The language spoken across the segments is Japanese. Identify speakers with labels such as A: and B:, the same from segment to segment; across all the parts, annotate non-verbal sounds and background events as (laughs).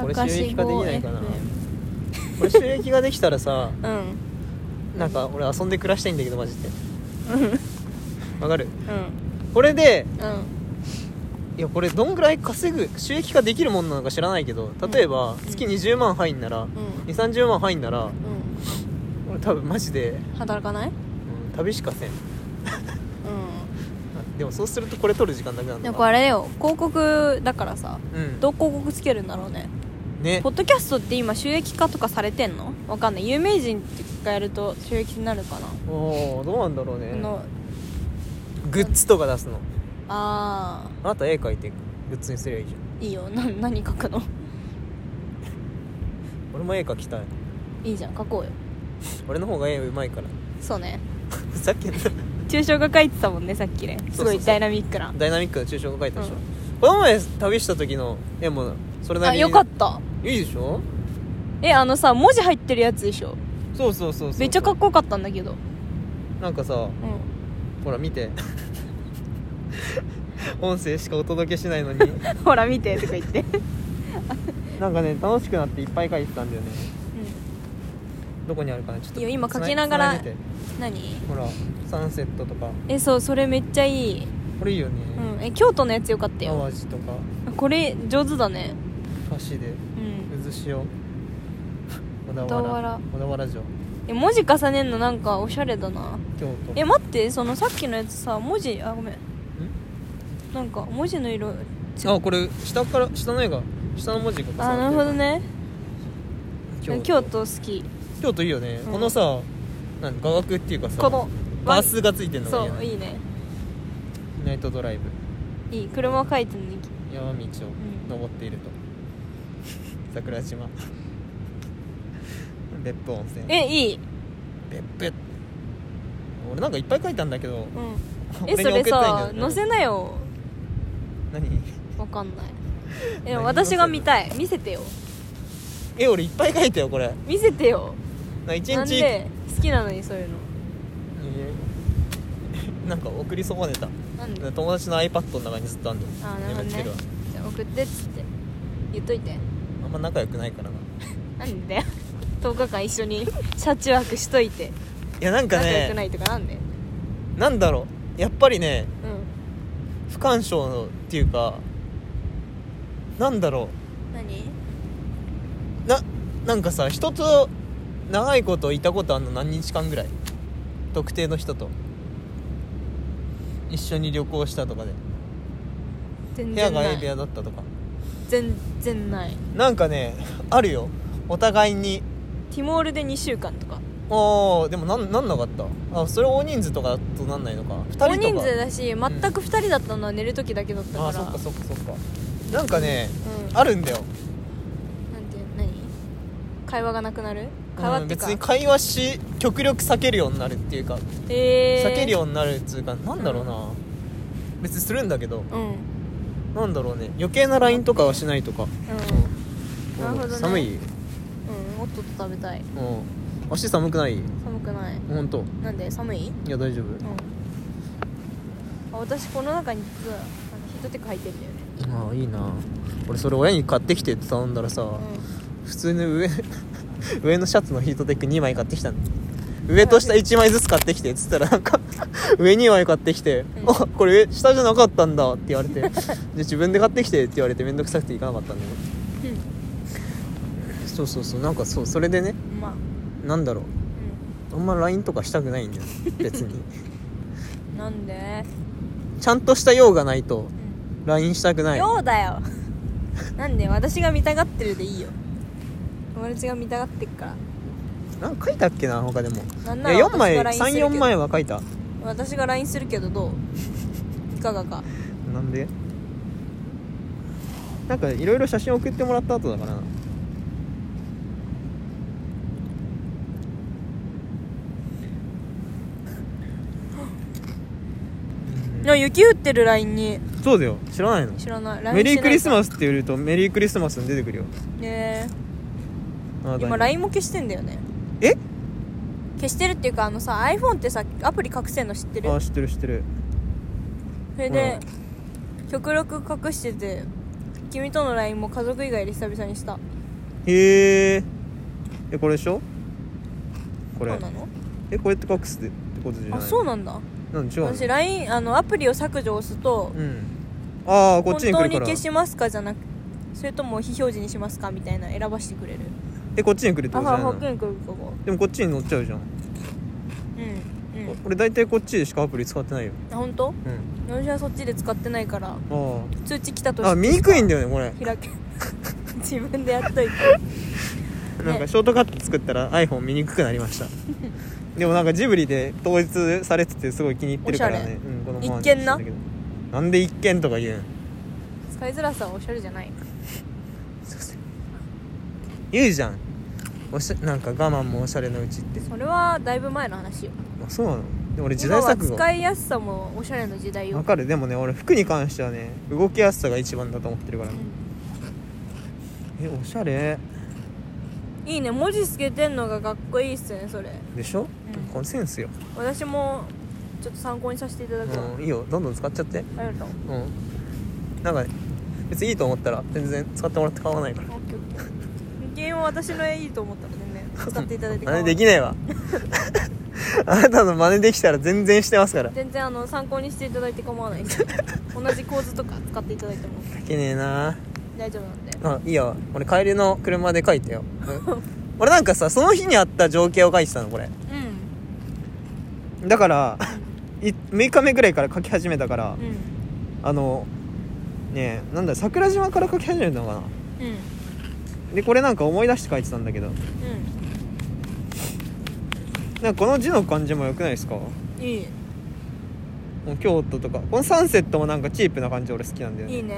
A: これ収益化できないかな
B: 高志
A: これ収益ができたらさ
B: 望 FM
A: なんか俺遊んで暮らしたいんだけどマジで
B: うんうん
A: わかるこれで
B: うん
A: いやこれどんぐらい稼ぐ収益化できるもんなのか知らないけど例えば月20万入んなら
B: うん
A: 2 3 0万入んなら
B: う
A: 俺多分マジで、
B: ん働かない
A: うん、旅しかせん
B: う
A: あでもそうするとこれ取る時間なくなる
B: ん
A: の
B: で
A: か
B: もこれあれよ広告だからさ
A: うん
B: どう広告つけるんだろうね
A: ね
B: ポッドキャストって今収益化とかされてんのわかんない有名人がやると収益になるかな、
A: おーどうなんだろうね
B: あの
A: グッズとか出すの
B: あ
A: あなた絵描いてグッズにすればいいじゃん
B: ーいいよな何書くの
A: 俺も絵描きたい
B: いいじゃん書こうよ
A: 俺の方が絵うまいから
B: そうね
A: ふざけんな
B: 抽象画書いてたもんねさっきねす
A: そ
B: ご
A: うそう
B: い
A: そう
B: ダイナミックな
A: ダイナミックな抽象画描いたでしょ、
B: う
A: この前旅した時の絵もそれな
B: あ
A: りに
B: よかった
A: いいでしょ
B: えあのさ文字入ってるやつでしょ
A: そうそうそうそう
B: めっちゃかっこよかったんだけど
A: なんかさ
B: う
A: ほら見て (laughs) 音声しかお届けしないのに
B: (laughs) んほら見てとか言って、
A: なんかね楽しくなっていっぱい描いてたんだよねどこにあるかなちょっと
B: いや今描きながら
A: ついでみて
B: 何
A: ほらサンセットとか
B: えそうそれめっちゃいい、
A: これいいよね、
B: うん、え京都のやつよかったよ
A: 淡路とか
B: これ上手だね
A: 箸で
B: うん
A: 渦潮小田原
B: 小田原
A: 小田原城
B: え文字重ねんのなんかおしゃれだな
A: 京都
B: え待ってそのさっきのやつさ文字あごめんなんか文字の色
A: んあこれ下から下の絵が下の文字が重なっ
B: あ
A: て
B: なるほどね京
A: 京
B: 都
A: 都
B: 好き
A: 京都いいよね、
B: うん
A: このさなん画角っていうかさ
B: この
A: バースがついてんのがいい
B: そ
A: よ
B: う
A: ね
B: いいね
A: ナイトドライブ
B: いい車書いてるのに
A: 山道を
B: ん
A: 登っていると、
B: (laughs)
A: 桜島別府温泉
B: えいい
A: 別府俺なんかいっぱい書いたんだけど
B: うん
A: 俺
B: え
A: に
B: それ
A: 送ったいんだよ
B: さ載せなよ
A: 何
B: わかんないえ
A: 何
B: 私が見たい見せてよ
A: え俺いっぱい書いたよこれ
B: 見せてよ
A: な一
B: なん
A: 日
B: で好きなのにそういうの
A: えなんか送り損ねた
B: なんで
A: 友達の iPad の中にずっとあんの
B: あなるほど
A: 眠って
B: ね
A: るわ
B: じゃあ送ってっつって言っといて
A: あんま仲良くないからな
B: なんで10日間一緒
A: (laughs)
B: に車中泊しといて
A: いやなんか
B: 仲良くな
A: ね
B: いとかなんで
A: なんだろうやっぱりね
B: うん
A: 不干渉のっていうかなんだろ
B: 何
A: うななんかさ人と長いこといたことあんの何日間ぐらい特定の人と一緒に旅行したとかで
B: 全
A: 部屋
B: 然
A: が
B: な
A: A
B: い
A: 部屋だったとか
B: 全然ない
A: なんかねあるよお互いに
B: ティモールで2週間とか
A: ああでもなんなんなかったあそれ大人数とかだとなんないのか2人とか
B: 大人数だし全く2人だったのは寝る時だけだったから、
A: ああ
B: うん、
A: そっかそっかそっかなんかね
B: うん
A: あるんだよ
B: なんていう何会話がなくなる会話
A: う
B: っ
A: ん
B: ていう
A: 別
B: か、
A: に会話し極力避けるようになるっていうか、
B: えー、
A: 避けるようになるっていうかなんだろうな、別にするんだけど
B: うん、うん、
A: なんだろうね余計な LINE とかはしないとか、うん
B: なるほどね
A: 寒い、うん、
B: うん、もっとっと食べたい
A: 足寒くない
B: 寒くない
A: 本当
B: なんで寒い
A: いや大丈夫、
B: うんあ私この中に実はあのヒートテック入ってるんだよね
A: ああいいな俺それ親に買ってきてって頼んだらさ、普通の上 (laughs) 上のシャツのヒートテック2枚買ってきたの上と下1枚ずつ買ってきてっつったらなんか上2枚買ってきて「
B: うん
A: あこれ上下じゃなかったんだ」って言われて「じゃあ自分で買ってきて」って言われて面倒くさくて行かなかったんだけどそうそうそうなんかそうそれでね
B: うんまあ
A: なんだろう
B: う
A: あんま LINE とかしたくないんだよ別
B: (laughs)
A: に
B: んなんで、
A: ちゃんとした用がないと
B: う、
A: LINE したくなんい
B: ようだよ (laughs) なんで私が見たがってるでいいよ友達が見たがってっから
A: なんか書いたっけな他でも
B: なんないら
A: や4枚
B: 私が LINE するけど
A: 34枚は書いた
B: 私が LINE するけどどういかがか
A: なんでなんかいろいろ写真送ってもらった後だからな
B: あ雪降ってる LINE に
A: そうだよ知らないの
B: 知らない LINE
A: メリークリス
B: ス
A: マスって言うとメリークリスマスに出てくるよ
B: ね
A: あなた
B: え
A: に
B: 今 LINE も消してんだよね
A: え
B: 消してるっていうかあのさ iPhone ってさアプリ隠せんの知ってる
A: あ知ってる知ってる
B: それで極力隠してて君との LINE も家族以外で久々にした
A: へええこれでしょこれ
B: そうなの
A: えこれって隠すってってことじゃない
B: あそうなんだ
A: なんで違うの
B: 私 LINE あのアプリを削除を押すと、
A: うんああこっ
B: 本
A: ちに来
B: 当
A: る
B: に
A: から
B: 消しますかじゃなくそれとも非表示にしますかみたいな選ばしてくれる
A: えこっちに来るって
B: あ
A: ことじゃない
B: 保
A: の
B: 育園来るここ
A: でもこっちに乗っちゃうじゃん、
B: うんうん
A: 俺大体こっちでしかアプリ使ってないよ
B: あ本当
A: うん
B: 私はそっちで使ってないから
A: あ
B: 通知来たと
A: ああ見にくいん
B: だ
A: だよねこれ
B: 開け (laughs) 自分でやっといて
A: なんかショートカット作ったら iPhone 見にくくなりま
B: (laughs)
A: したでもなんかジブリで統一されててすごい気に入ってるから
B: おしゃ
A: ね、うん、この
B: 一見な
A: ままにしてんだけどなんで一見とか言うん
B: 使いづらさはおしゃれじゃない
A: すいません言うじゃんおしゃなんか我慢もおしゃれのうちって
B: それはだいぶ前の話よ
A: あそうなのでも俺時
B: 今
A: 代
B: は
A: 錯誤
B: 使いやすさもおしゃれの時代
A: わ
B: よ
A: かるでもね俺服に関してはね動きやすさが一番だと思ってるから、ね、えおしゃれ
B: うんいいね文字つけてんのがかっこいいっすねそれ
A: でしょ、
B: うん
A: このセンスよ、
B: 私もちょっと参考にさせていただくわ、
A: うん、いいよどんどん使っちゃって
B: ありがとう
A: うんなんか別にいいと思ったら全然使ってもらって構わないから
B: オッケーオッケーゲームは私の絵いいと思ったので
A: (laughs)
B: ね使っていただいて構
A: 真
B: わ
A: 似
B: な
A: で
B: い
A: きない
B: (laughs)
A: わあなたの真似できたら全然してますから
B: 全然あの参考にしていただいて構わな
A: (laughs)
B: いです同じ構図とか使っていただいても
A: 書けねえな
B: 大丈夫なんで
A: あいいよ俺帰りの車で書いた
B: (laughs)
A: よ俺なんかさその日にあった情景を書いてたのこれ
B: うん
A: だからい6日目ぐらいから書き始めたから、
B: うん
A: あのねえなんだ桜島から書き始めたのかな
B: うん
A: でこれなんか思い出して書いてたんだけどなんかこの字の感じも良くないですかも
B: うんいいう
A: 京都とかこのサンセットもなんかチープな感じ俺好きなんだよね
B: いいね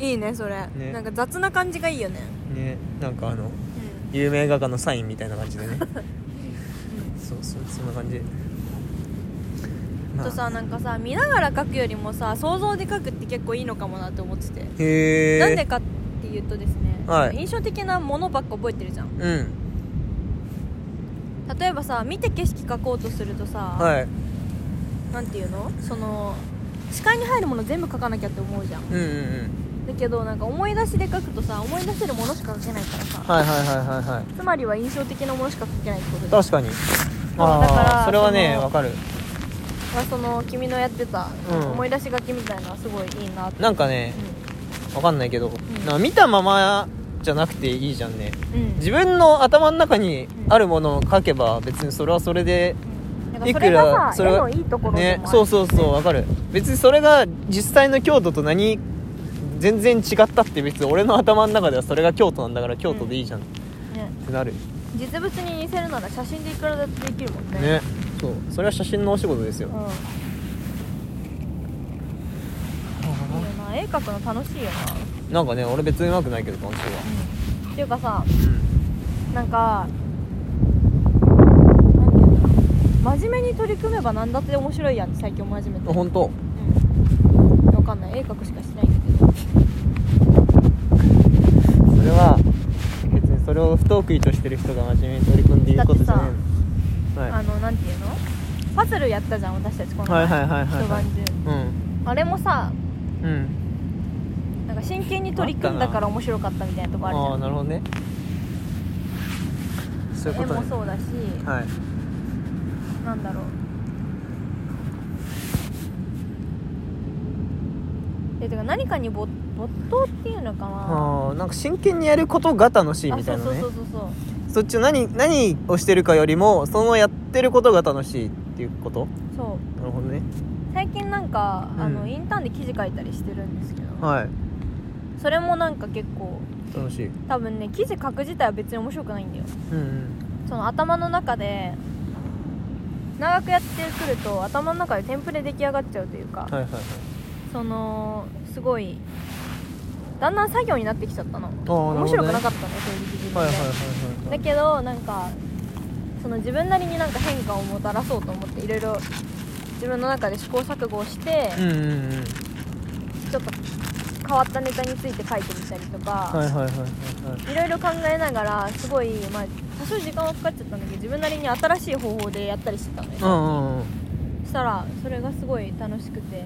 B: いいねそれ
A: ね
B: なんか雑な感じがいいよね
A: ねなんかあの
B: うん
A: 有名画家のサインみたいな感じでねそうそうそんな感じ
B: あとさなんかさ見ながら描くよりもさ想像で描くって結構いいのかもなって思ってて
A: へえ
B: なんでかっていうとですね、
A: はい
B: 印象的なものばっか覚えてるじゃん
A: うん
B: 例えばさ見て景色描こうとするとさ、
A: はい
B: なんていうのその視界に入るもの全部描かなきゃって思うじゃん
A: うんうんうん
B: だけどなんか思い出しで描くとさ思い出せるものしか描けないからさ、
A: はいはいはいはいはい
B: つまりは印象的なものしか描けないってことで
A: 確かに
B: だから
A: ああそれはね
B: その
A: わかる
B: まあその君のやってた、
A: うん
B: 思い出し書きみたいなのはすごいいいなって
A: なんかねわかんないけど、
B: ん
A: なんか見たままじゃなくていいじゃんね
B: うん、うん
A: 自分の頭の中にあるものを書けば別にそれはそれで
B: うんなん
A: い
B: か
A: く
B: それが
A: ら
B: さ
A: れ
B: 絵
A: が
B: のいいところでもある
A: ねそうそうそうわかる別にそれが実際の京都と何全然違ったって別に俺の頭の中ではそれが京都なんだから京都でいいじゃんっ
B: ね
A: てなる
B: 実物に似せるなら写真でいくらだってできるもんね
A: ねそうそれは写真のお仕事ですよ
B: うんいいよな絵描くの楽しいよな、
A: なんかね俺別にうまくないけど今週は
B: っていうかさ
A: うん
B: なんかなんていうんだろう真面目に取り組めば何だって面白いやんって最近思い始めて
A: あ本当
B: うんわかんない絵描くしかしてないんだけど
A: それは別にそれを不得意としてる人が真面目に取り組んでいることじゃねえのはい
B: あのなんていうのパズルやったじゃん私たちこの
A: は
B: 前
A: いはいはいはい
B: 一
A: はい
B: 晩中
A: うん
B: あれもさ
A: うん
B: なんか真剣に取り組んだから面白かったみたいなとこある
A: ああなるほどねそういう
B: じゃん
A: こと
B: 絵も
A: ね
B: そうだし、
A: はい
B: なんだろうえてか何かに没没頭っていうのかな
A: あーなんか真剣にやることが楽しい
B: あ
A: みたいな
B: そう
A: ね
B: そうそうそうそう
A: そっちの何何をしてるかよりもそのやってることが楽しいっていうこと
B: そう
A: なるほどね
B: 最近なんか、
A: うん
B: あのインターンで記事書いたりしてるんですけど、
A: はい
B: それもなんか結構
A: 楽しい
B: 多分ね記事書く自体は別に面白くないんだよ
A: うん
B: その頭の中で長くやってくると頭の中でテンプレ出来上がっちゃうというか、
A: うんはいはいはい
B: そのすごいだんだん作業になってきちゃったの
A: あーなるほ
B: 面
A: どね
B: 白くなかったの正直自分で、
A: はいはいはいはい
B: だけどなんかその自分なりになんか変化をもたらそうと思っていろいろ自分の中で試行錯誤をして、
A: うんうんうん
B: ちょっと変わったネタについて書いてみたりとか、
A: はいはいはいはいはい
B: いろいろ考えながらすごい、まあ、多少時間はかかっちゃったんだけど自分なりに新しい方法でやったりしてたの
A: う
B: よ、
A: んうんうん
B: そしたらそれがすごい楽しくて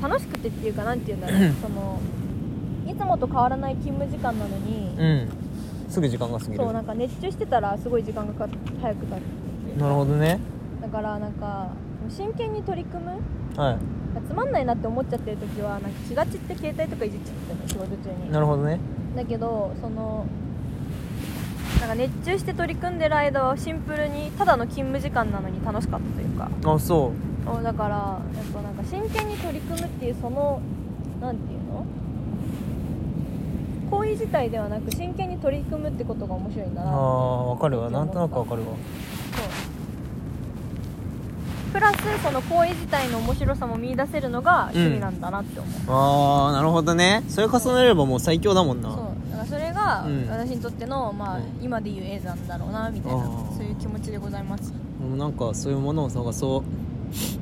B: 楽しくてっていうかなんて言うんだろ
A: (clears throat)
B: うそのいつもと変わらない勤務時間なのに、
A: うんすぐ時間が過ぎる
B: そう
A: な
B: なんか熱中してたらすごい時間がかか早くかかる
A: るほどね
B: だからなんか真剣に取り組む
A: は
B: つまんないなって思っちゃってる時はなんか気が散って携帯とかいじっちゃってたの仕事中
A: い
B: に
A: なるほどね
B: だけどそのなんか熱中して取り組んでる間はシンプルにただの勤務時間なのに楽しかったというか
A: あそ
B: おだからやっぱなんか真剣に取り組むっていうそのなんていうの行為自体ではなく真剣に取り組むってことが面白いんだ
A: う
B: な
A: ああ分かるわなんとなく分かるわ
B: そうプラスその行為自体の面白さも見出せるのが趣味なんだなって思う、
A: ああなるほどねそれ重ねればもう最強だもんな
B: そうだからそれが
A: うん
B: 私にとっての、まあ
A: うん
B: 今で言う映像なんだろうなみたいな
A: あー
B: そういう気持ちでございます
A: もうなんかそういうものを探そう